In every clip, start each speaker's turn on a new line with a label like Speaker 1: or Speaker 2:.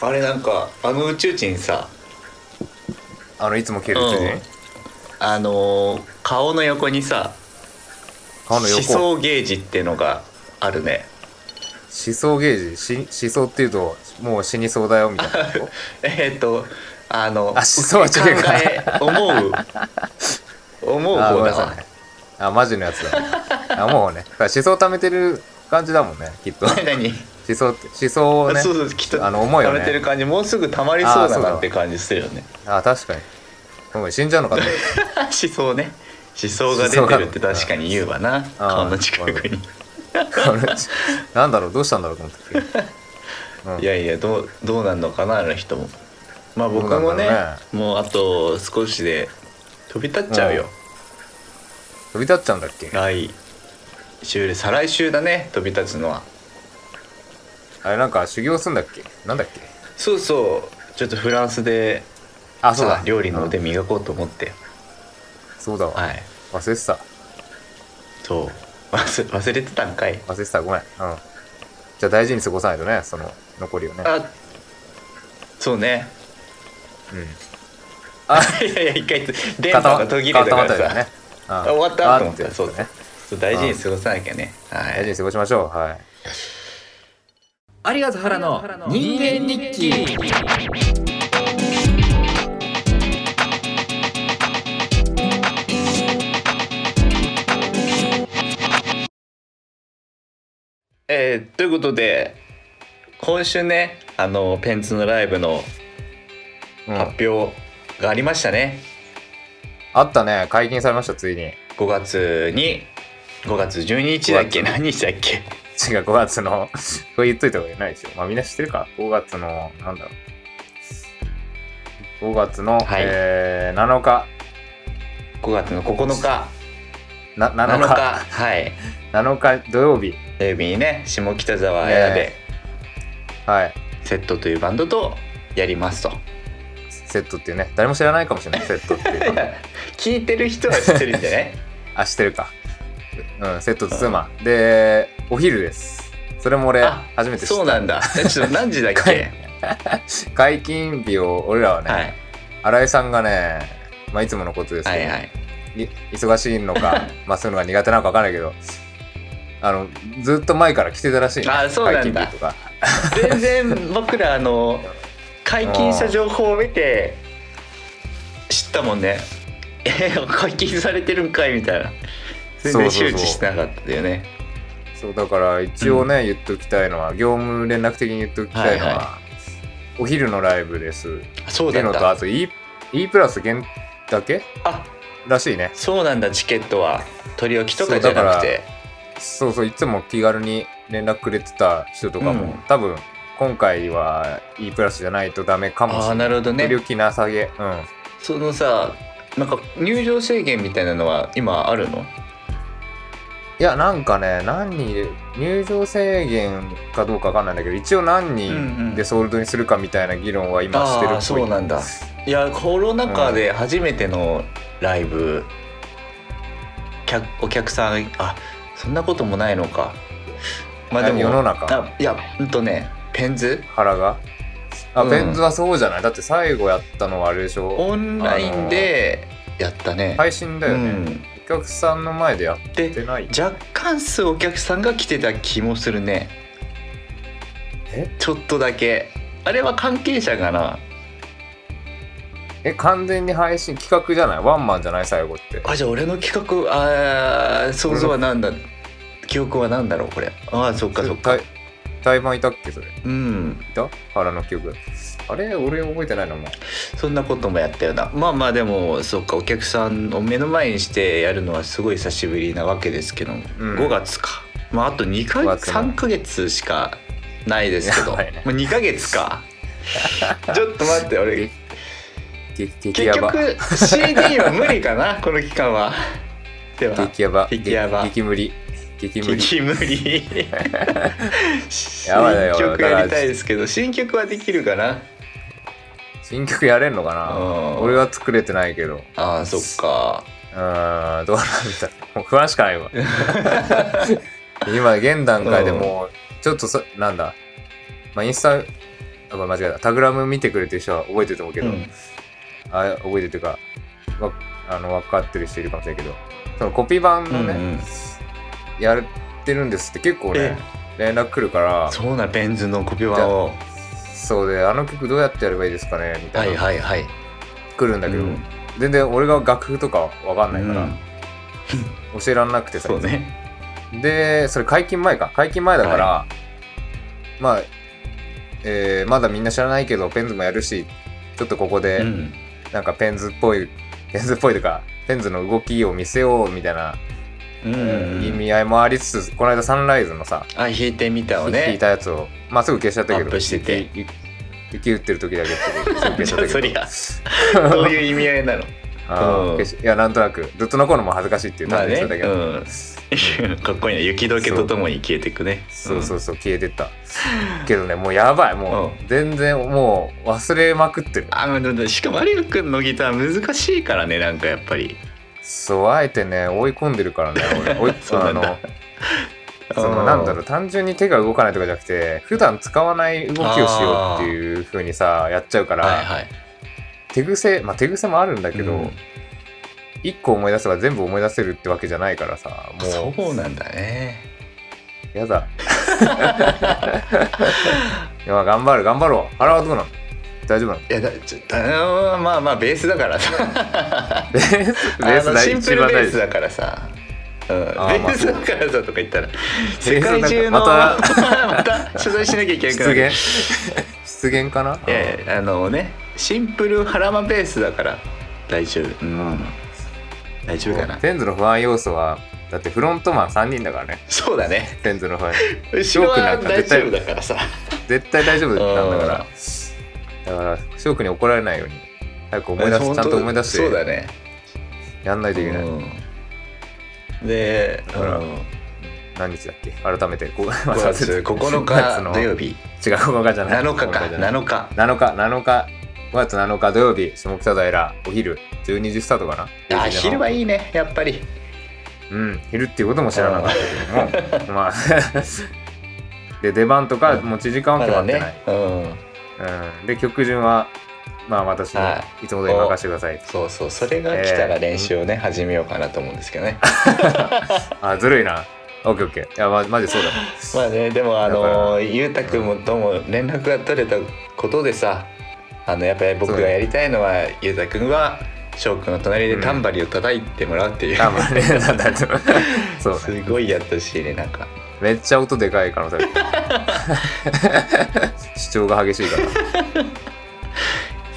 Speaker 1: あれなんかあの宇宙人さ、
Speaker 2: あのいつも着るやつね
Speaker 1: あのー顔の横にさ
Speaker 2: 歯の
Speaker 1: 思
Speaker 2: 横思
Speaker 1: 想ゲージってのがあるね
Speaker 2: 想ゲージし思想っていうともう死にそうだよみた いなこと
Speaker 1: えーっとあの
Speaker 2: あ思想は違うか
Speaker 1: 考え 思う思う
Speaker 2: あご
Speaker 1: 方
Speaker 2: め
Speaker 1: だ
Speaker 2: んなさ
Speaker 1: わ
Speaker 2: いねあマジのやつだあもうねだから思想溜めてる感じだもんね きっと思
Speaker 1: 何
Speaker 2: 想って思想をね
Speaker 1: そうそうきっと
Speaker 2: あの思いを
Speaker 1: 溜
Speaker 2: ね
Speaker 1: めてる感じもうすぐ溜まりそう
Speaker 2: あーそ
Speaker 1: だ
Speaker 2: うだ
Speaker 1: な
Speaker 2: わ
Speaker 1: って感じするよね
Speaker 2: あ確かにごめん死んじゃう のかと思った
Speaker 1: 思想ね思想が出てるって確かに言うわな
Speaker 2: あー
Speaker 1: 顔の近くに
Speaker 2: あれなんだろうどうしたんだろうと思って急にうん
Speaker 1: いやいやどうどうなんのかなあの人もまあ僕
Speaker 2: どうな
Speaker 1: も
Speaker 2: ん
Speaker 1: ね
Speaker 2: だろ
Speaker 1: もうあと少しで飛び立っちゃうよ、
Speaker 2: 飛び立っちゃうんだっけ
Speaker 1: 来週再来週だね飛び立つのは
Speaker 2: あれなんか修行すんだっけなんだっけ
Speaker 1: そうそうちょっとフランスで
Speaker 2: あそう
Speaker 1: さ
Speaker 2: だ
Speaker 1: 料理の腕
Speaker 2: うん
Speaker 1: 磨こうと思って、
Speaker 2: そうだわ、
Speaker 1: はい
Speaker 2: 忘れてた
Speaker 1: そう忘忘れてたんかい
Speaker 2: 忘れてたごめんうんじゃあ大事に過ごさないとねその残りをね
Speaker 1: あそうね
Speaker 2: うん
Speaker 1: いやいや一回電波が途切れたから
Speaker 2: 固ま
Speaker 1: さ、
Speaker 2: ったよねうん
Speaker 1: あ終わったと思った
Speaker 2: あ
Speaker 1: ら
Speaker 2: ー
Speaker 1: そうだねそう大事に過ごさなきゃね、は
Speaker 2: 大事
Speaker 1: い
Speaker 2: に過ごしましょうはい
Speaker 1: ありがとう原の人間日記えー、ということで今週ねあのペンツのライブの
Speaker 2: うん
Speaker 1: 発表がありましたね、
Speaker 2: あったね解禁されましたついに違う
Speaker 1: 5月に5月12日だっけ
Speaker 2: 5月
Speaker 1: 何日だっけ
Speaker 2: 5月の これ言っといた方がいないでしょまあみんな知ってるか5月のなんだろう5月の、
Speaker 1: はい
Speaker 2: えー7日
Speaker 1: 5月の9日
Speaker 2: な
Speaker 1: 7
Speaker 2: 7
Speaker 1: 日
Speaker 2: 日
Speaker 1: はい
Speaker 2: 7日土曜日
Speaker 1: 土曜日にね下北沢綾で
Speaker 2: ねはい
Speaker 1: セットというバンドとやりますと
Speaker 2: セットっていうね誰も知らないかもしれないセットっていう
Speaker 1: 聞いてる人は知ってるんじゃない
Speaker 2: あ知ってるかうんセットとツーマンでお昼ですそれも俺
Speaker 1: あ
Speaker 2: 初めて 知
Speaker 1: そう
Speaker 2: っ
Speaker 1: なんだえちょっと何時だっ
Speaker 2: は
Speaker 1: け
Speaker 2: いた解禁日を俺らはね、
Speaker 1: はい
Speaker 2: 新井さんがねまあいつものことですけ
Speaker 1: は
Speaker 2: ど、
Speaker 1: いはい
Speaker 2: い忙しいのか まあそういうのが苦手なのか分かんないけどあのずっと前から来てたらしい、ね、
Speaker 1: あそうなんだ
Speaker 2: 解禁日とか
Speaker 1: 全然僕らあの解禁した情報を見て知ったもんねえ解禁されてるんかいみたいな全然
Speaker 2: そうそう
Speaker 1: 周
Speaker 2: そう
Speaker 1: 知してなかったよね
Speaker 2: そうだから一応ね、言っときたいのは業務連絡的に言っときたいの
Speaker 1: は
Speaker 2: は、
Speaker 1: いは
Speaker 2: お昼のライブです
Speaker 1: あそう
Speaker 2: って
Speaker 1: だ
Speaker 2: の
Speaker 1: っ
Speaker 2: とあ
Speaker 1: た
Speaker 2: と E, e プラス限だけ
Speaker 1: あ
Speaker 2: らしいね
Speaker 1: そうなんだチケットは取り置きとかじゃなくて
Speaker 2: そうそういつも気軽に連絡くれてた人とかも、
Speaker 1: うん
Speaker 2: 多分今回は E プラスじゃないとダメかもしれ
Speaker 1: あ
Speaker 2: な
Speaker 1: あ
Speaker 2: い
Speaker 1: なるほどね
Speaker 2: 取り置きなさげうん
Speaker 1: そのさなんか入場制限みたいなのは今あるの
Speaker 2: いやなんかね何人入場制限かどうかわかんないんだけど一応何
Speaker 1: うんうん
Speaker 2: 人でソールドにするかみたいな議論は今してるっぽい、
Speaker 1: あーそうなんだいやコロナ禍で初めてのライブ、客お客さんあそんなこともないのかまあでも
Speaker 2: 世の中
Speaker 1: あいやほんとねペンズ
Speaker 2: 腹があ、
Speaker 1: うん
Speaker 2: ベンズはそうじゃないだって最後やったのはあれでしょ
Speaker 1: オンラインでやったね、
Speaker 2: 配信だよね、
Speaker 1: うん
Speaker 2: お客さんの前でやっ
Speaker 1: で
Speaker 2: てない
Speaker 1: 若干数お客さんが来てた気もするね
Speaker 2: え
Speaker 1: ちょっとだけあれは関係者かな
Speaker 2: え完全に配信企画じゃないワンマンじゃない最後って
Speaker 1: あじゃあ俺の企画あー想像はなんだ記憶はなんだろうこれああそっかそっか
Speaker 2: 対対マンいたっけそれい
Speaker 1: うん
Speaker 2: た腹の記憶あれ俺覚えてないのもう
Speaker 1: そんなこともやったよなまあまあでもそっかお客さんを目の前にしてやるのはすごい久しぶりなわけですけど、
Speaker 2: うん
Speaker 1: 5月かまああと2か
Speaker 2: 5月
Speaker 1: 月
Speaker 2: ね
Speaker 1: 3か月しかないですけど、
Speaker 2: やばいね
Speaker 1: もう2か月 かちょっと待って俺
Speaker 2: 激激ヤ
Speaker 1: 結
Speaker 2: バ
Speaker 1: 局 CD は無理かなこの期間はでは
Speaker 2: 激ヤバ
Speaker 1: 激ヤバ
Speaker 2: 激無理激無理
Speaker 1: 激無理新
Speaker 2: やばいよ
Speaker 1: 曲 やりたいですけど新曲はできるかな
Speaker 2: 新曲やれんのかな
Speaker 1: うん
Speaker 2: 俺は作れてないけどう
Speaker 1: ああそっか
Speaker 2: ーんどうなんだろうもう 不安しかな いわ今現段階でもうちょっとそなんだ、まあ、インスタあごめん間違えたタグラム見てくれてる人は覚えてると思うけ
Speaker 1: う
Speaker 2: ど、
Speaker 1: ん、
Speaker 2: あ覚えてるというかわあの分かってる人いるかもしれないけどそのコピー版のね、
Speaker 1: うんうん
Speaker 2: やってるんですって結構ね連絡来るから
Speaker 1: そうなベンズのコピー版を
Speaker 2: そうであの曲どうやってやればいいですかねみた
Speaker 1: はいい
Speaker 2: な、
Speaker 1: はいはい
Speaker 2: 来るんだけど、
Speaker 1: うん
Speaker 2: 全然俺が楽譜とか分かんないか
Speaker 1: う
Speaker 2: ら
Speaker 1: ん、
Speaker 2: 教えらんなくてさ、
Speaker 1: そうね
Speaker 2: でそれ解禁前か解禁前だから、まあ、えーまだみんな知らないけどペンズもやるしちょっとここで、
Speaker 1: うん
Speaker 2: なんかペンズっぽいペンズっぽいというかペンズの動きを見せようみたい
Speaker 1: うん
Speaker 2: な、
Speaker 1: うん
Speaker 2: 意味合いもありつつこの間サンライズのさ
Speaker 1: あ弾いてみたを
Speaker 2: 聞い
Speaker 1: ね
Speaker 2: たやつをまあすぐ消しちゃったけど
Speaker 1: アップしてて
Speaker 2: 雪雪打ってる時だけ だけどすぐ消しちゃったけど
Speaker 1: じゃあどういう意味合いなの
Speaker 2: あー
Speaker 1: うん
Speaker 2: 消しいやなんとなくずっと残るのも恥ずかしいってい う
Speaker 1: まあ
Speaker 2: 感じ
Speaker 1: ね、
Speaker 2: だったけど、
Speaker 1: うん、 かっこいいな雪解けとともに消えていくね
Speaker 2: そうそううそう消えてったけどねもうやばいもう全然もう忘れまくってる
Speaker 1: あのだってしかも有賀君のギター難しいからねなんかやっぱり
Speaker 2: そうあえてね追い込んでるからね 俺追い
Speaker 1: そうなんだ
Speaker 2: あのそのなんだろう単純に手が動かないとかじゃなくて普段使わない動きをしようっていう風にさやっちゃうから、
Speaker 1: はいはい
Speaker 2: 手癖まあ手癖もあるんだけど、
Speaker 1: うん
Speaker 2: 一個思い出せば全部思い出せるってわけじゃないからさも
Speaker 1: そうなんだね
Speaker 2: う やだ いや頑張る頑張ろう原はどうなの大丈夫なの
Speaker 1: いやだちょあのまあまあベースだからさ
Speaker 2: ベースベー
Speaker 1: あ
Speaker 2: ス
Speaker 1: の
Speaker 2: 大
Speaker 1: シン
Speaker 2: 一
Speaker 1: プル
Speaker 2: 番
Speaker 1: ベ
Speaker 2: 大
Speaker 1: ー
Speaker 2: 事
Speaker 1: スだからさ、うん、ベ
Speaker 2: あーまあ
Speaker 1: ースだからさとか言ったら
Speaker 2: ベ
Speaker 1: 世
Speaker 2: ースなん
Speaker 1: 界
Speaker 2: か
Speaker 1: 中の
Speaker 2: ま
Speaker 1: また取材しなきゃいけなくな
Speaker 2: 失
Speaker 1: る
Speaker 2: 言失言かない
Speaker 1: やいやあのねシンプルハラマベースだから大丈夫うん大丈夫かな
Speaker 2: ペンズの不安要素はだってフロントマン3人だからね
Speaker 1: そうだね
Speaker 2: ペンズの不安
Speaker 1: 後ろは
Speaker 2: ジョークなんか
Speaker 1: 大
Speaker 2: 絶
Speaker 1: 丈
Speaker 2: 対
Speaker 1: 夫だからさ
Speaker 2: 絶対大丈夫なんだか
Speaker 1: う
Speaker 2: ら
Speaker 1: ん
Speaker 2: だから翔くんに怒られないように早く思い出
Speaker 1: 本
Speaker 2: すち
Speaker 1: 当
Speaker 2: ゃんと思い出し
Speaker 1: そうだ
Speaker 2: て
Speaker 1: ね
Speaker 2: やんないといけない、
Speaker 1: うんで
Speaker 2: ほら
Speaker 1: あの
Speaker 2: 何日だっけ改めて5
Speaker 1: 5月9日 土曜
Speaker 2: 日
Speaker 1: 日
Speaker 2: 違う9日じゃない
Speaker 1: 7日か
Speaker 2: じゃない
Speaker 1: 7日
Speaker 2: 7日7日5月7日土曜日下北平お昼12時スタートかな
Speaker 1: あ昼はい
Speaker 2: い
Speaker 1: いねやっぱり
Speaker 2: うん昼っていうことも知らなかったけど もまあ で出番とか持ち時間は
Speaker 1: ま
Speaker 2: 決
Speaker 1: だ
Speaker 2: まってない、
Speaker 1: ねうん
Speaker 2: うん、で曲順はまあ私の
Speaker 1: はい
Speaker 2: つも通り任せてください
Speaker 1: そうそうそれが来たら練習をね始めようかなと思うんですけどね
Speaker 2: あずるいなオッケーオッケーいやまマ ジそうだ
Speaker 1: まあねでもあ
Speaker 2: だか
Speaker 1: のゆうたくんもとも連絡が取れたことでさあのやっぱり僕がやりたいのはゆうたくんは翔くんの隣でタンバリンを叩いてもらうっていう、
Speaker 2: あ まあねなんだってそうね
Speaker 1: すごいやってほしいねなんか
Speaker 2: めっちゃ音でかい可能性 ある主張が激しいから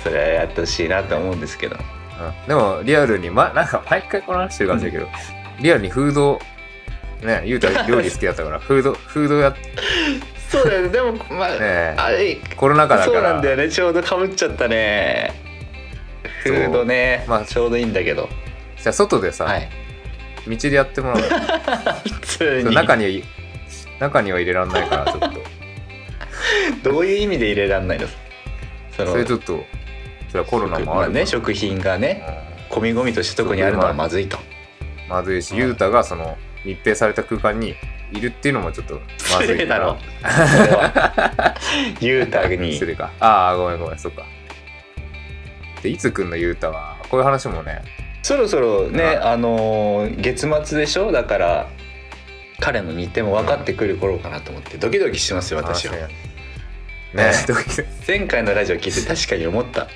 Speaker 1: それはやってほしいなと思うんですけど
Speaker 2: うんでもリアルにまなんか毎回この話してるかもしれないけど、リアルにフードねゆうた料理好きだったからフードフードやって
Speaker 1: そうだよねでもまあ、
Speaker 2: ね
Speaker 1: あれ
Speaker 2: コロナ禍だ
Speaker 1: そ
Speaker 2: か
Speaker 1: うなん
Speaker 2: ら
Speaker 1: だよねちょうどかぶっちゃったねフ
Speaker 2: そう
Speaker 1: ードね、
Speaker 2: まあ
Speaker 1: ちょうどいいんだけど
Speaker 2: じゃあ外でさ、
Speaker 1: はい
Speaker 2: 道でやってもらお うよ
Speaker 1: 普通
Speaker 2: そう
Speaker 1: に
Speaker 2: 中に中には入れられない からちょっと
Speaker 1: どういう意味で入れらんないのそ
Speaker 2: それちょっとそれはコロナも
Speaker 1: ま
Speaker 2: あ
Speaker 1: あ
Speaker 2: るから
Speaker 1: ね食品がね、込み込みとして特にあるのはまずいと
Speaker 2: うんまずいし
Speaker 1: うん
Speaker 2: ゆうたがその密閉された空間にいるっていうのもちょっとまず
Speaker 1: 失
Speaker 2: い
Speaker 1: 礼
Speaker 2: か
Speaker 1: だ
Speaker 2: ら
Speaker 1: ろそれはゆうたに
Speaker 2: 失礼かああごめんごめんそっかでいつくんのゆうたはこういう話もね
Speaker 1: そろそろねあのー月末でしょだから彼の日程も分かってくる頃かなと思ってドキドキしてますよ私は
Speaker 2: 話ねね
Speaker 1: うん
Speaker 2: ドキドキ
Speaker 1: 前回のラジオ聞いて確かに思った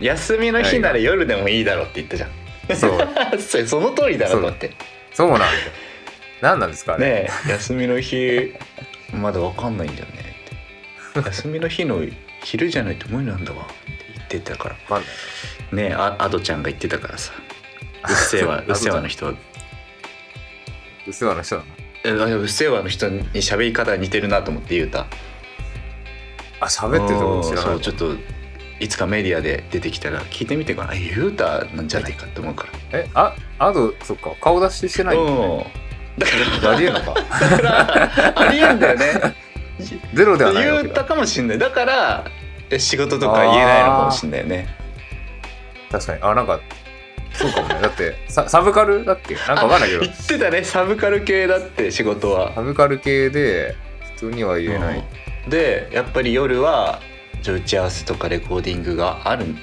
Speaker 1: 休みの日なら夜でもいいだろうって言ったじゃ
Speaker 2: そう ん
Speaker 1: それその通りだろうと思って
Speaker 2: そうなんだよ何なんですかね
Speaker 1: ねえ休みの日まだ分かんないんだよねって休みの日の昼じゃないと無理なんだわって言ってたから
Speaker 2: わかんない
Speaker 1: ねえあアドちゃんが言ってたからさ「うっせぇわ
Speaker 2: アドち
Speaker 1: う
Speaker 2: ゃん
Speaker 1: っせぇわ」の人は
Speaker 2: うすわの人なの
Speaker 1: 「えあうっせぇわ」の人に喋り方が似てるなと思って言うた
Speaker 2: あ喋ってるとこ知ら
Speaker 1: そ
Speaker 2: な
Speaker 1: う
Speaker 2: い
Speaker 1: ちょっといつかメディアで出てきたら聞いてみてかなゆうたなんじゃないかって思うから
Speaker 2: えああとそっか顔出ししてないんだね
Speaker 1: うんだから
Speaker 2: ありえんのか
Speaker 1: だ からありえんだよ ね
Speaker 2: ゼロではないわ
Speaker 1: 言
Speaker 2: け
Speaker 1: った
Speaker 2: だ
Speaker 1: かもしんないだからえ仕事とか言えないのかもしんないね
Speaker 2: 確かにあなんかそうかもねだってササブカルだっけなんかわかんない けど
Speaker 1: 言ってたねサブカル系だって仕事は
Speaker 2: サブカル系で普通には言えない、
Speaker 1: うんでやっぱり夜はじゃあ打ち合わせとかレコーディングがある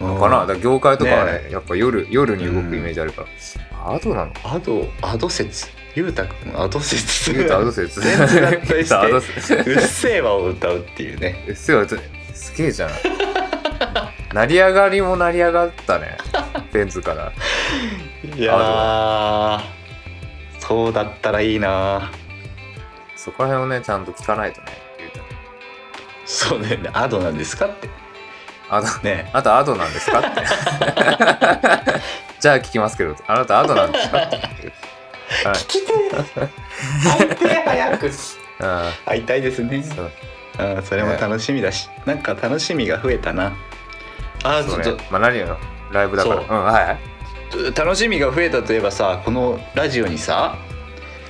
Speaker 2: のかなだから業界とかはね
Speaker 1: ね
Speaker 2: やっぱ夜夜に動くイメージあるから、アドなの
Speaker 1: アドアド説ゆうたくんアド説
Speaker 2: 言うとアド説
Speaker 1: 全然合体して
Speaker 2: アド説
Speaker 1: うっせぇわを歌うっていうね
Speaker 2: うっせぇわちょすげえじゃん 成り上がりも成り上がったねベンツから
Speaker 1: いやーそうだったらいいな
Speaker 2: そこら辺をねちゃんと聞かないとね言うと
Speaker 1: そうだよねアドなんですかって
Speaker 2: アド
Speaker 1: ね
Speaker 2: あとアドなんですかって じゃあ聞きますけどあなたアドなんですかってはい
Speaker 1: 聞きて え会いてえ早く
Speaker 2: う
Speaker 1: 会いたいですね
Speaker 2: んそう
Speaker 1: あーそれも楽しみだし、なんか楽しみが増えたなあー
Speaker 2: そう
Speaker 1: ちょっ
Speaker 2: ねまあ何よライブだからう
Speaker 1: そうん
Speaker 2: はい
Speaker 1: と楽しみが増えたといえばさこのラジオにさ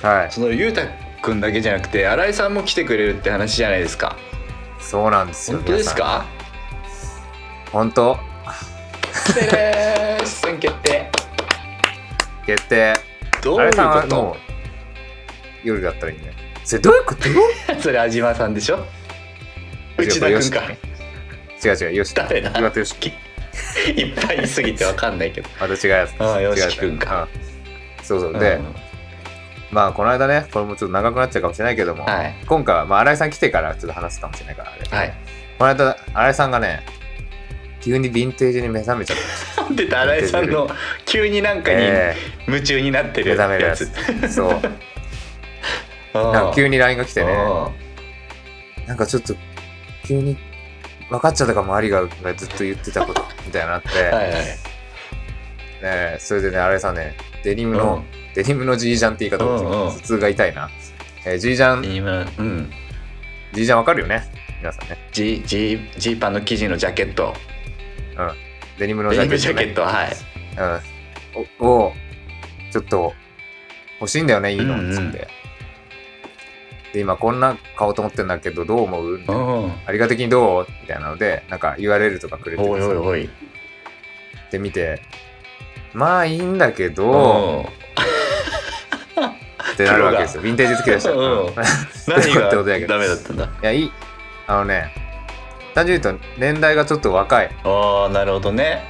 Speaker 2: はい
Speaker 1: そのゆうたくんだけじゃなくて新井さんも来てくれるって話じゃないですか
Speaker 2: そうなんですよ
Speaker 1: 本当です
Speaker 2: 皆
Speaker 1: か
Speaker 2: さん本当
Speaker 1: 来てれ ー出演決定
Speaker 2: 決定
Speaker 1: どう
Speaker 2: あ
Speaker 1: いう
Speaker 2: れさんは
Speaker 1: こ
Speaker 2: も
Speaker 1: と
Speaker 2: う夜だったらいいねそれどういうこと
Speaker 1: それ安島さんでしょ内田くんか
Speaker 2: 違う違うよし
Speaker 1: 誰だ
Speaker 2: 岩田よし
Speaker 1: いっぱい言いすぎてわかんないけど
Speaker 2: また違うやつ
Speaker 1: ああよし
Speaker 2: 違うやつ
Speaker 1: きくんか
Speaker 2: うんそうそうで、
Speaker 1: うん
Speaker 2: まあこの間ねこれもちょっと長くなっちゃうかもしれないけども、
Speaker 1: はい
Speaker 2: 今回は、まあ、新井さん来てからちょっと話すかもしれないからあれ
Speaker 1: はい
Speaker 2: この間新井さんがね急にヴィンテージに目覚めちゃっ
Speaker 1: なんで新井さんの急になんか
Speaker 2: た、
Speaker 1: に
Speaker 2: え
Speaker 1: 夢中になって
Speaker 2: ー目
Speaker 1: る
Speaker 2: 覚める
Speaker 1: や
Speaker 2: や
Speaker 1: つ
Speaker 2: つそう なんか急に LINE が来てねなんかちょっと急に分かっちゃったかも有賀がずっと言ってたこと みたいになって、
Speaker 1: はいはい
Speaker 2: ね、それでね新井さんねデニム
Speaker 1: う
Speaker 2: の
Speaker 1: ん、
Speaker 2: デニムの G ジャンって言い方をする
Speaker 1: うんうん
Speaker 2: 頭痛が痛いな、えー、G ジャン
Speaker 1: 今うん
Speaker 2: G ジャンわかるよね皆さんね
Speaker 1: G, G, G パンの生地のジャケット
Speaker 2: デニムのジ
Speaker 1: デ
Speaker 2: ャ
Speaker 1: ニ
Speaker 2: ケ
Speaker 1: ム
Speaker 2: ッ
Speaker 1: ジャ
Speaker 2: ト、
Speaker 1: ケ
Speaker 2: ね、
Speaker 1: ットはい
Speaker 2: うん、おをちょっと欲しいんだよねいいの
Speaker 1: うんうん
Speaker 2: っつって、で今こんな買おうと思ってんだけどどう思うみた
Speaker 1: う
Speaker 2: いなんありが的にどうみたいなのでなんか URL とかくれて
Speaker 1: おいおい
Speaker 2: っ
Speaker 1: おい
Speaker 2: て見てまあいいんだけど
Speaker 1: お
Speaker 2: ってなるわけですよヴィンテージ好きでした、
Speaker 1: うん
Speaker 2: うん
Speaker 1: 何
Speaker 2: ってことやけ
Speaker 1: が
Speaker 2: ど
Speaker 1: ダメだったんだ
Speaker 2: いやいいあのね単純に言うと年代がちょっと若い
Speaker 1: ああなるほどね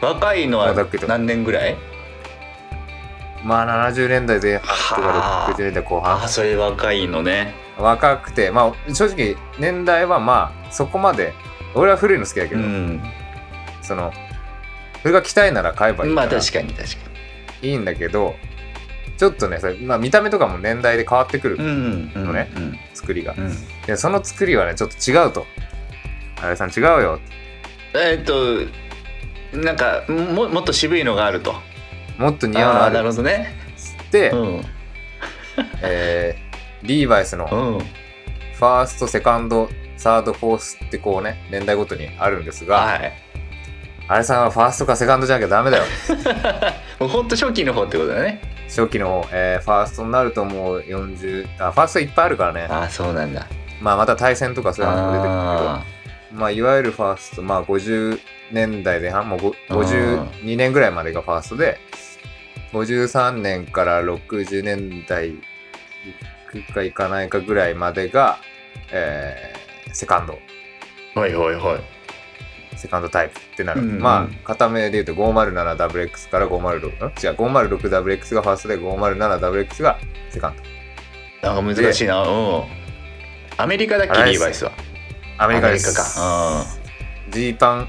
Speaker 1: 若いのは
Speaker 2: 若いけど
Speaker 1: 何年ぐらい
Speaker 2: まあ70年代前半と
Speaker 1: は
Speaker 2: か
Speaker 1: あ
Speaker 2: 60年代後
Speaker 1: あ
Speaker 2: 半
Speaker 1: あそれ若いのね
Speaker 2: 若くてまあ正直年代はまあそこまで俺は古いの好きだけ
Speaker 1: う
Speaker 2: ど、
Speaker 1: ん
Speaker 2: そのそれが着たいなら買えばいい
Speaker 1: ま
Speaker 2: か
Speaker 1: あ
Speaker 2: ら
Speaker 1: 確かに確か
Speaker 2: いいんだけどちょっとねそれ、まあ、見た目とかも年代で変わってくる、
Speaker 1: にうんうん
Speaker 2: のね
Speaker 1: うん
Speaker 2: 作りが
Speaker 1: うん
Speaker 2: でその作りはねちょっと違うと新井さん違うよ
Speaker 1: えーっとなんかももっと渋いのがあると
Speaker 2: もっと似合うの
Speaker 1: あ
Speaker 2: あ
Speaker 1: ーな
Speaker 2: る
Speaker 1: る
Speaker 2: っ
Speaker 1: ほどね
Speaker 2: つって、
Speaker 1: うん
Speaker 2: えーリーバイスの
Speaker 1: うん
Speaker 2: ファースト、セカンド、サード、フォースってこうね、年代ごとにあるんですが、
Speaker 1: はい
Speaker 2: あれさんはファーストかセカンドじゃなきゃダメだよ。
Speaker 1: もうほんと初期の方ってことだね
Speaker 2: 初期の方、えーファーストになるともう40、あ、ファーストいっぱいあるからね。
Speaker 1: ああそうなんだ
Speaker 2: まあまた対戦とかそういう話も出てくる
Speaker 1: あ
Speaker 2: けど、まあいわゆるファースト、まあ50年代で半、もうご52年ぐらいまでがファーストで、53年から60年代いくかいかないかぐらいまでが、えーセカンド。
Speaker 1: ーはいはいはい
Speaker 2: セカンドタイプってなる、
Speaker 1: うんうん
Speaker 2: まあ片目で言うと 507WX から 506? ん違う 506WX がファーストで 507WX がセカンド
Speaker 1: なんか難しいなうんアメリカだっ
Speaker 2: あ
Speaker 1: け
Speaker 2: れ
Speaker 1: リーバイスは
Speaker 2: ア
Speaker 1: ア
Speaker 2: メリカです
Speaker 1: かあ
Speaker 2: ジーパン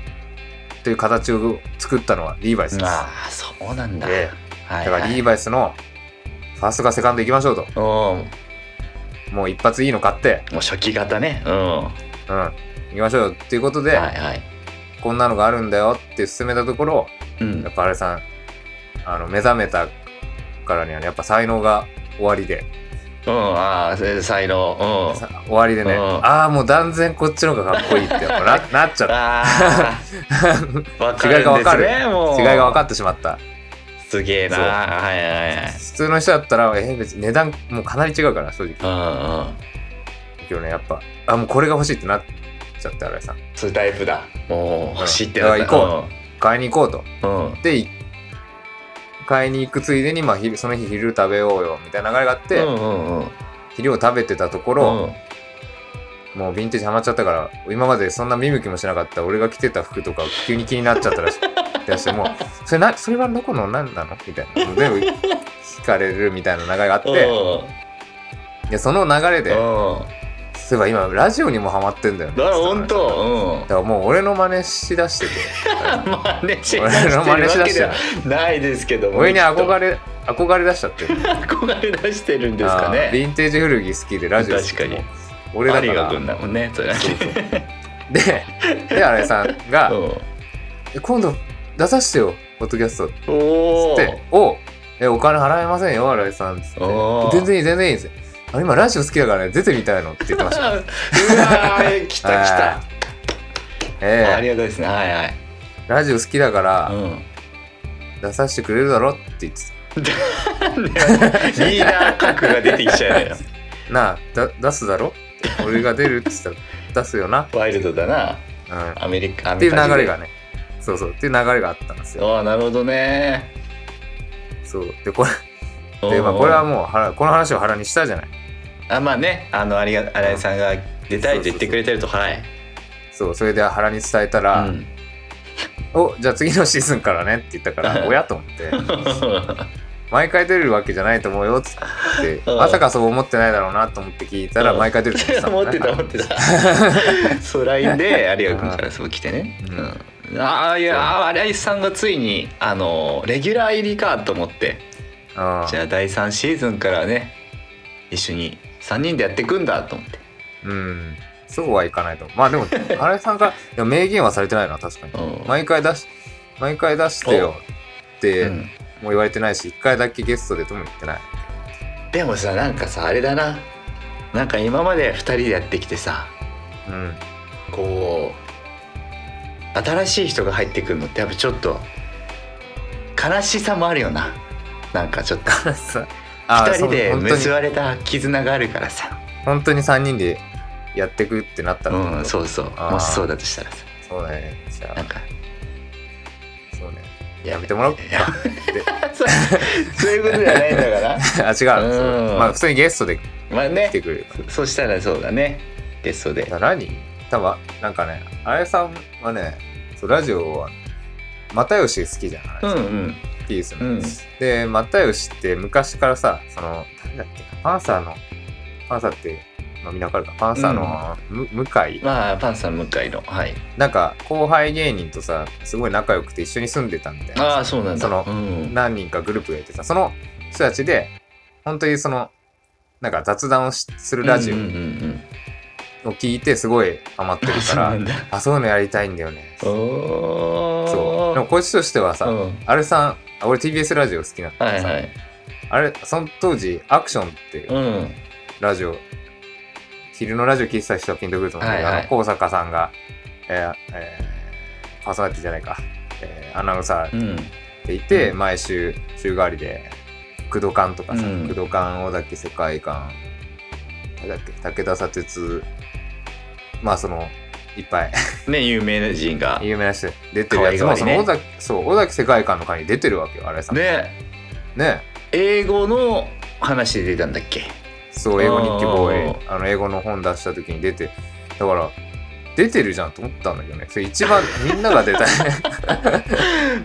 Speaker 2: という形を作ったのはリーバイスです
Speaker 1: あーそうなんだ、
Speaker 2: で
Speaker 1: は
Speaker 2: だ
Speaker 1: い
Speaker 2: か
Speaker 1: はい、
Speaker 2: らリーバイスのファーストかセカンド行きましょうと
Speaker 1: うん
Speaker 2: もう一発いいの買って
Speaker 1: もう初期型ねうんは
Speaker 2: うん行きましょうよっていうこと
Speaker 1: い
Speaker 2: で、
Speaker 1: はい
Speaker 2: こんなのがあるんだよって勧めたところ
Speaker 1: うん
Speaker 2: やっぱあれさんあの目覚めたからにはねやっぱ才能が終わりで
Speaker 1: うん、ああ、せ才能。うん。
Speaker 2: さ終わりで
Speaker 1: う
Speaker 2: ね、
Speaker 1: ん
Speaker 2: ああもう断然こっちの方がかっこいいってやっぱな なっちゃった
Speaker 1: ああ、わかるん
Speaker 2: 違いがわかる
Speaker 1: ですね、もう。
Speaker 2: 違いが分かってしまった
Speaker 1: すげえな。
Speaker 2: そう
Speaker 1: はいはいはい。
Speaker 2: 普通の人だったらえー別に値段もうかなり違うから正直
Speaker 1: うんうん。
Speaker 2: けどねやっぱあもうこれが欲しいってなっちゃって新井さん
Speaker 1: そういうタイプだ。もう、欲しいって
Speaker 2: だから行買いに行こうと
Speaker 1: う。うん。うん。
Speaker 2: でい買いに行くついでに、まあ、昼その日昼食べようよみたいな流れがあって、
Speaker 1: うんうんうん。
Speaker 2: 昼を食べてたところ、
Speaker 1: うん
Speaker 2: もうヴィンテージハマっちゃったから今までそんな見向きもしなかった俺が着てた服とか急に気になっちゃった らしだしてもうそれなそれはどこの何なのみたいな全部聞かれるみたいな流れがあってでその流れ
Speaker 1: うん
Speaker 2: でそういえば今ラジオにもハマってんだよね
Speaker 1: だから本当
Speaker 2: だからもう俺の真似しだしてて
Speaker 1: うん真似しだ
Speaker 2: 俺の真似
Speaker 1: し
Speaker 2: し
Speaker 1: る
Speaker 2: てだ
Speaker 1: わけ
Speaker 2: して
Speaker 1: で
Speaker 2: る
Speaker 1: はないですけども
Speaker 2: 俺に憧れ憧れ出しちゃってる
Speaker 1: 憧れ出してるんですか
Speaker 2: あー
Speaker 1: ね
Speaker 2: ヴィンテージ古着好きでラジオ好きで
Speaker 1: 確かに
Speaker 2: 俺だか
Speaker 1: 有賀
Speaker 2: ら
Speaker 1: 君だもんねそれ
Speaker 2: そうそ うでで荒井さんが
Speaker 1: うん
Speaker 2: え今度出させてよポッドキャスト」っつ
Speaker 1: おお
Speaker 2: って「おえお金払えませんよ新井さん」っつって
Speaker 1: おー
Speaker 2: 「全然いい全然いい」ですあ今ラジオ好きだからね出てみたいの」って言ってまし
Speaker 1: う
Speaker 2: た
Speaker 1: わー 来た来
Speaker 2: はい
Speaker 1: たあり
Speaker 2: ええ
Speaker 1: がたいですねはいはい
Speaker 2: ラジオ好きだから
Speaker 1: うん
Speaker 2: 出させてくれるだろって言って
Speaker 1: リーダー格が出てきちゃうの よ
Speaker 2: たなあだ出すだろ俺が出るって言ったら 出すよな、
Speaker 1: ワイルドだな
Speaker 2: うん、っ
Speaker 1: アメリカって
Speaker 2: いう流れがねそうそうっていう流れがあったんですよ
Speaker 1: ああなるほどね
Speaker 2: そうでこれで、まあ、これはもう腹この話を腹にしたじゃない
Speaker 1: あまあねあのありが新井さんが出たいと言ってくれてるとはい
Speaker 2: そうそれで腹に伝えたら「
Speaker 1: うん
Speaker 2: おじゃあ次のシーズンからね」って言った から「おや?」と思って毎回出るわけじゃないと思うよっつって
Speaker 1: うん
Speaker 2: まさかそう思ってないだろうなと思って聞いたら
Speaker 1: うん
Speaker 2: 毎 回出ると思ってた
Speaker 1: 思
Speaker 2: もん
Speaker 1: って た思って たそう LINE で有賀君からそう来てね
Speaker 2: う
Speaker 1: うんああいやあ新井さんがついにあのレギュラー入りかと思って
Speaker 2: うん
Speaker 1: じゃあ第3シーズンからね一緒に3人でやっていくんだと思って
Speaker 2: うんそうはいかないと思うまあでも新井さんがいや明言はされてないな確かに
Speaker 1: うん
Speaker 2: 毎回出し毎回出してよって
Speaker 1: うん
Speaker 2: もう言われてないし1回だけゲストでとも言ってない
Speaker 1: でもさなんかさあれだななんか今まで2人でやってきてさ
Speaker 2: うん
Speaker 1: こう新しい人が入ってくるのってやっぱちょっと悲しさもあるよななんかちょっと
Speaker 2: さあー
Speaker 1: 2人で
Speaker 2: そう本当に
Speaker 1: 結ばれた絆があるからさ
Speaker 2: 本当に3人でやってくってなったら
Speaker 1: うんそうそう
Speaker 2: あー
Speaker 1: もしそうだとしたらさ
Speaker 2: そうだねじゃ
Speaker 1: なん
Speaker 2: あ
Speaker 1: か
Speaker 2: そうね
Speaker 1: や
Speaker 2: やめてもらおう
Speaker 1: いや そうそういうことじゃないんだから
Speaker 2: あ違うそう
Speaker 1: うん
Speaker 2: まあ普通にゲストで
Speaker 1: まあ
Speaker 2: 来
Speaker 1: ね
Speaker 2: てくれる
Speaker 1: そしたらそうだねゲストで
Speaker 2: だから何多分なんかね荒井さんはねそうラジオは又吉好きじゃない、
Speaker 1: うん
Speaker 2: ん、
Speaker 1: うん
Speaker 2: いいですよね、
Speaker 1: うん
Speaker 2: で又吉って昔からさその誰だっけなパンサーのパンサーって、まあ、みんなわかるかパンサーの、む向井
Speaker 1: まあパンさん向かいのはい
Speaker 2: なんか後輩芸人とさすごい仲良くて一緒に住んでたみたいな
Speaker 1: ああそうなんだ
Speaker 2: その
Speaker 1: うん、
Speaker 2: 何人かグループがいてさその人たちで本当にそのなんか雑談をしするラジ
Speaker 1: うんうん
Speaker 2: オ
Speaker 1: うん
Speaker 2: を聞いてすごいハマって
Speaker 1: う
Speaker 2: る
Speaker 1: ん、
Speaker 2: か
Speaker 1: そう
Speaker 2: ら、
Speaker 1: なんだ
Speaker 2: あそういうのやりたいんだよね
Speaker 1: おー
Speaker 2: そう。でもこっちとしてはさ、
Speaker 1: うん
Speaker 2: あれさん、あ俺 TBS ラジオ好きなんだ
Speaker 1: は
Speaker 2: け
Speaker 1: い
Speaker 2: どさ、
Speaker 1: はい。
Speaker 2: あれ、その当時、アクションっていう
Speaker 1: うん。
Speaker 2: ラジオ、昼のラジオ聞いてた人はピンとくると思うんだけど、
Speaker 1: はいはい
Speaker 2: あの、高坂さんが、えーえーパーソナリティじゃないか、えーアナウンサ
Speaker 1: う
Speaker 2: ー
Speaker 1: ん。
Speaker 2: でいて、
Speaker 1: うん
Speaker 2: 毎週、週替わりで、工藤館とかさ、
Speaker 1: うん
Speaker 2: 工藤館、小崎世界観、誰だっけ、武田砂鉄、まあその、いっぱい
Speaker 1: ね、有名人が。
Speaker 2: 有名な人出てるやつ
Speaker 1: 可
Speaker 2: も、
Speaker 1: 愛が
Speaker 2: そ
Speaker 1: り
Speaker 2: の
Speaker 1: ね
Speaker 2: 尾崎、そう、尾崎世界観の会に出てるわけよ、新井さん。ね
Speaker 1: ね、
Speaker 2: ね
Speaker 1: 英語の話で出たんだっけ。
Speaker 2: そう、英語日記防衛
Speaker 1: あ、
Speaker 2: あの、英語の本出した時に出て、だから、出てるじゃんと思ったんだけどね。それ一番みんなが出た い、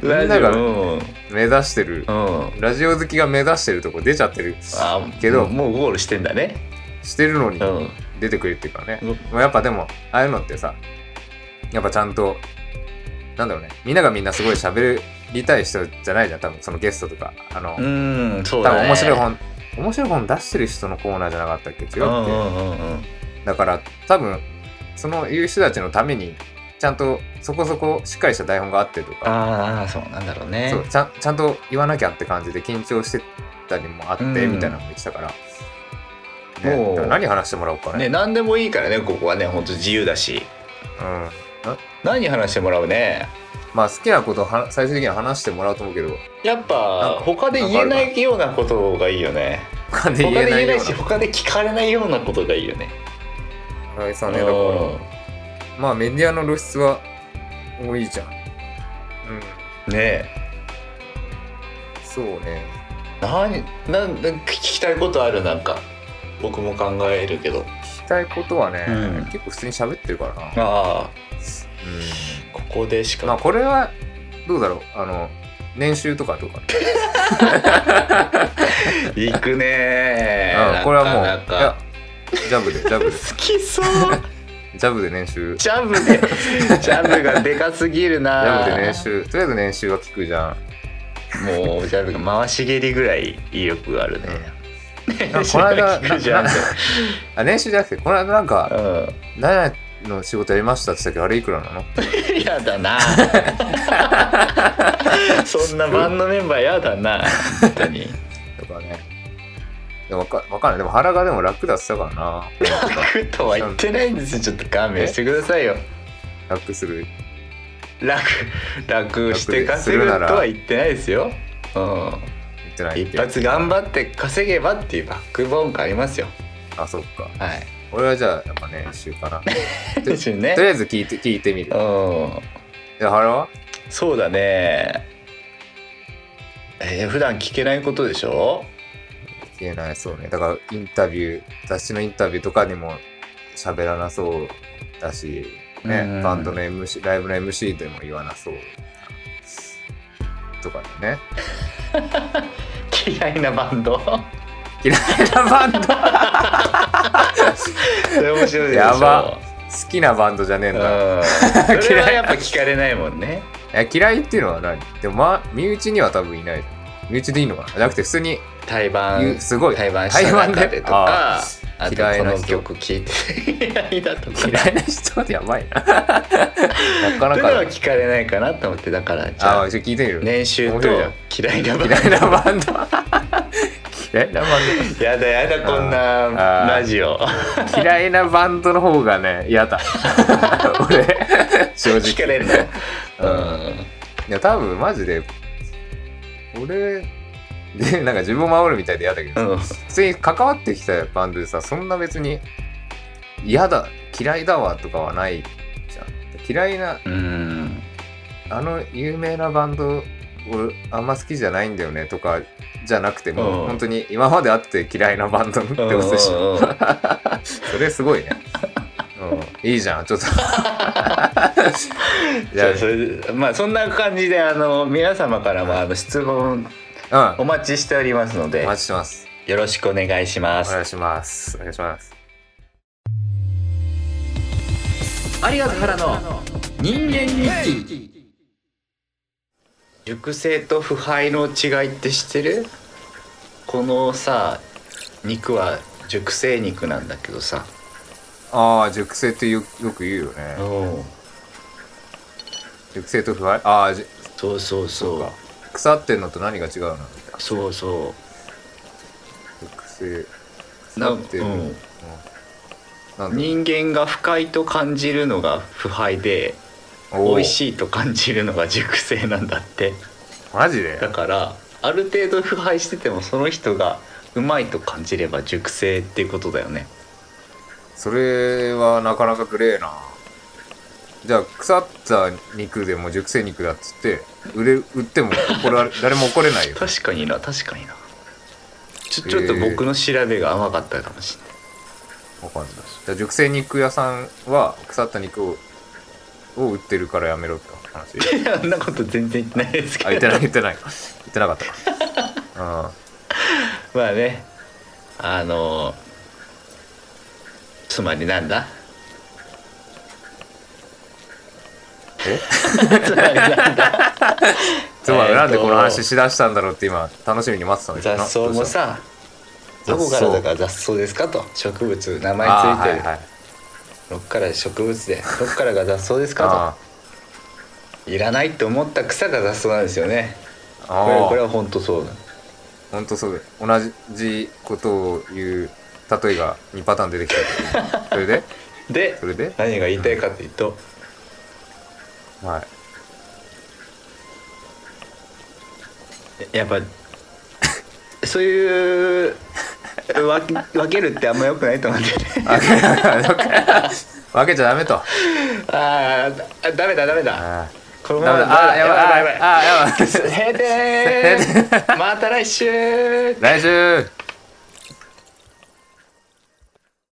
Speaker 2: みんなが
Speaker 1: うん。うん。
Speaker 2: 目指してる、
Speaker 1: あ
Speaker 2: ラジオ好きが目指してるとこ出ちゃってる、
Speaker 1: ー
Speaker 2: けど
Speaker 1: もうゴールしてんだね。
Speaker 2: してるのに
Speaker 1: うん。
Speaker 2: 出てくれっていうからね。
Speaker 1: うん
Speaker 2: まあやっぱでも、ああいうのってさ、やっぱちゃんと、なんだろうね、みんながみんなすごい喋りたい人じゃないじゃん、多分そのゲストとか。あの、
Speaker 1: うん、そう
Speaker 2: 多
Speaker 1: だね。
Speaker 2: 分面白い本、面白い本出してる人のコーナーじゃなかったっけ違うっけ、
Speaker 1: うんうんうんうん。
Speaker 2: だから多分そのいう人たちのためにちゃんとそこそこしっかりした台本があってとか
Speaker 1: ああ、そうなんだろうね
Speaker 2: そ。うちゃんちゃんと言わなきゃって感じで緊張してたりもあって
Speaker 1: うん
Speaker 2: みたいなのも言ってたから、ね、
Speaker 1: もう
Speaker 2: だから何話してもらおうかね
Speaker 1: ね、何でもいいからね、ここはね、本当自由だし。
Speaker 2: うん、
Speaker 1: 何話してもらうね。
Speaker 2: まあ好きなことをは最終的には話してもらうと思うけど
Speaker 1: やっ
Speaker 2: なん
Speaker 1: ぱ
Speaker 2: か
Speaker 1: 他で言えないようなことがいいよね。
Speaker 2: 他で
Speaker 1: 他
Speaker 2: 言
Speaker 1: で
Speaker 2: え
Speaker 1: 言
Speaker 2: な
Speaker 1: え
Speaker 2: いよ
Speaker 1: な
Speaker 2: う
Speaker 1: いし、他で聞かれないようなことがいいよね。
Speaker 2: な荒井さんねだか
Speaker 1: うん
Speaker 2: らまあメディアの露出は多いじゃんうん
Speaker 1: ね
Speaker 2: そうね
Speaker 1: え何なんなん聞きたいことあるなんか僕も考えるけど
Speaker 2: 聞きたいことはね、
Speaker 1: うん
Speaker 2: 結構普通に喋ってるからな。
Speaker 1: ああ
Speaker 2: う
Speaker 1: ここでし
Speaker 2: ん、ま
Speaker 1: か
Speaker 2: あこれはどうだろうあの年収とかどうか
Speaker 1: 行くね
Speaker 2: な、うん、これはもう
Speaker 1: なか
Speaker 2: い
Speaker 1: な
Speaker 2: や
Speaker 1: か
Speaker 2: ジャブでジャブで
Speaker 1: 好きそう
Speaker 2: ジャブで年収ジ
Speaker 1: ジャブ でジャブがでかすぎるな
Speaker 2: ャブで年収とりあえず年収は聞くじゃん。
Speaker 1: もうジャブが回し蹴りぐらい威力があるね、
Speaker 2: なんかこの間
Speaker 1: 聞くじゃん
Speaker 2: なあ年収じゃなくてこの間なんか
Speaker 1: う
Speaker 2: 何々の仕事やりましたって言ったけどあれいくらなの
Speaker 1: んやだな そんなバンドメンバーやだな本当に
Speaker 2: とかね。でもわかわかんない。でも原がでも楽だって言ってた からな。
Speaker 1: 楽とは言ってないんですよちょっと勘弁してくださいよ
Speaker 2: 楽する。
Speaker 1: 楽楽して稼ぐとは言ってないですよ、う、
Speaker 2: 言ってなんい
Speaker 1: 一発頑
Speaker 2: っ
Speaker 1: 張って稼げばっていうバックボーンがありますよ
Speaker 2: て。あ、そっか。
Speaker 1: はい
Speaker 2: 俺はじゃあ、やっぱね、一週かな。
Speaker 1: で
Speaker 2: です
Speaker 1: よ
Speaker 2: とり
Speaker 1: ね
Speaker 2: あえず聞いて、聞いてみる
Speaker 1: う。ん
Speaker 2: で、原は
Speaker 1: そうだねえー、普段聞けないことでしょ
Speaker 2: 消えないそうね。だから、インタビュー、雑誌のインタビューとかにも喋らなそうだし、
Speaker 1: う
Speaker 2: ね
Speaker 1: ん、
Speaker 2: バンドの MC、ライブの MC でも言わなそう。とかね。
Speaker 1: 嫌いなバンド
Speaker 2: 嫌いなバンド好
Speaker 1: それ面白いでしょ
Speaker 2: やばきなバンドじゃねえん
Speaker 1: うん
Speaker 2: だ。
Speaker 1: それはやっぱ聞かれないもんね
Speaker 2: え嫌いっていうのは何でも、まあ、身内には多分いないじゃん身内でいいのかなじゃなくて普通に
Speaker 1: 対バ
Speaker 2: 言う、
Speaker 1: ン
Speaker 2: すごい
Speaker 1: 対バンした中でとか
Speaker 2: あ
Speaker 1: あと
Speaker 2: 嫌い
Speaker 1: こ
Speaker 2: な
Speaker 1: の
Speaker 2: 人
Speaker 1: 曲聴いて嫌いだ とか
Speaker 2: ー嫌いな人ってやばいななか
Speaker 1: そ
Speaker 2: な
Speaker 1: れは
Speaker 2: か
Speaker 1: 聞かれないかなと思ってだからじゃ
Speaker 2: あ
Speaker 1: あ
Speaker 2: あちょっと聞いてみる、
Speaker 1: 年収
Speaker 2: 面
Speaker 1: と
Speaker 2: 白いじゃん
Speaker 1: 嫌いなバンド
Speaker 2: 嫌いなバン ド嫌いなバン
Speaker 1: やだやだこんな
Speaker 2: あー
Speaker 1: ラジオ
Speaker 2: ド嫌いなバンドの方がね 嫌だ俺正直
Speaker 1: 聞かれんのうん
Speaker 2: いや多分マジで俺でなんか自分を守るみたいで嫌だけどさ、
Speaker 1: うん
Speaker 2: 普通に関わってきたバンドでさそんな別に嫌だ嫌いだわとかはないじゃん嫌いな
Speaker 1: うん
Speaker 2: あの有名なバンド俺あんま好きじゃないんだよねとかじゃなくても、
Speaker 1: うん
Speaker 2: 本当に今まであって嫌いなバンドってことでしょ、
Speaker 1: うんうんうん
Speaker 2: それすごいね、うん、いいじゃん ちょっとじゃ
Speaker 1: そうそれまあそんな感じであの皆様からもあの質問
Speaker 2: あう
Speaker 1: お待ちしておりますの
Speaker 2: んお
Speaker 1: で
Speaker 2: 待ちしてます
Speaker 1: よろしくお願いしま
Speaker 2: お
Speaker 1: す
Speaker 2: 願いしますお願いします
Speaker 1: 有賀原の人間日記熟成と腐敗の違いって知ってるこのさ肉は熟成肉なんだけどさ
Speaker 2: ああ熟成ってよよく言うよね、熟成と腐敗ああじ
Speaker 1: そうそう
Speaker 2: そう
Speaker 1: そ
Speaker 2: か腐ってんのと何が違うの
Speaker 1: うそうそ
Speaker 2: 熟成
Speaker 1: うな
Speaker 2: 腐ってる、
Speaker 1: う
Speaker 2: うん
Speaker 1: ん
Speaker 2: なんだ
Speaker 1: 人間が不快と感じるのが腐敗で
Speaker 2: おー
Speaker 1: 美味しいと感じるのが熟成なんだって
Speaker 2: マジで
Speaker 1: だからある程度腐敗しててもその人がうまいと感じれば熟成っていうことだよね
Speaker 2: それはなかなかグレーなじゃあ腐った肉でも熟成肉だっつって売れ売っても怒られ 誰も怒れないよ
Speaker 1: 確かにな確かになちょ
Speaker 2: へー
Speaker 1: ちょっと僕の調べが甘かったかもしれない
Speaker 2: わかんないじゃあ熟成肉屋さんは腐った肉をを売ってるからやめろって話
Speaker 1: いやそんなこと全然言ってないですけ
Speaker 2: あ
Speaker 1: ど
Speaker 2: 言ってない言ってない言ってなかったかうん
Speaker 1: まあねあのつまりなん だ
Speaker 2: え
Speaker 1: つまりなんだ
Speaker 2: つまりなんでこの
Speaker 1: えー
Speaker 2: 話しだしたんだろうって今楽しみに待ってたんだけど
Speaker 1: 雑
Speaker 2: な
Speaker 1: 草もさ
Speaker 2: ど
Speaker 1: ど
Speaker 2: う
Speaker 1: こ
Speaker 2: した
Speaker 1: からだから雑草ですかと植物名
Speaker 2: どう
Speaker 1: 前つ
Speaker 2: した
Speaker 1: いてる、
Speaker 2: あーはいはい
Speaker 1: どっから植物でどっからが雑草ですか
Speaker 2: あ
Speaker 1: といらないって思った草が雑草なんですよね
Speaker 2: ー
Speaker 1: これ
Speaker 2: あ
Speaker 1: これ
Speaker 2: ー
Speaker 1: は本当そうだ
Speaker 2: ほんとそうだよ同じことを言う例えが2パターン出てき たそれで
Speaker 1: で
Speaker 2: それで
Speaker 1: 何が言いたいかというと
Speaker 2: はい
Speaker 1: やっぱそういう分 分けるってあんま良くないと思って
Speaker 2: あそ っか分けちゃダメとあ
Speaker 1: あーあダメだダメだ
Speaker 2: あ
Speaker 1: この
Speaker 2: ー
Speaker 1: ままだ
Speaker 2: あーやばい
Speaker 1: やばいやばい
Speaker 2: あーやばい
Speaker 1: 閉店また来週
Speaker 2: 来週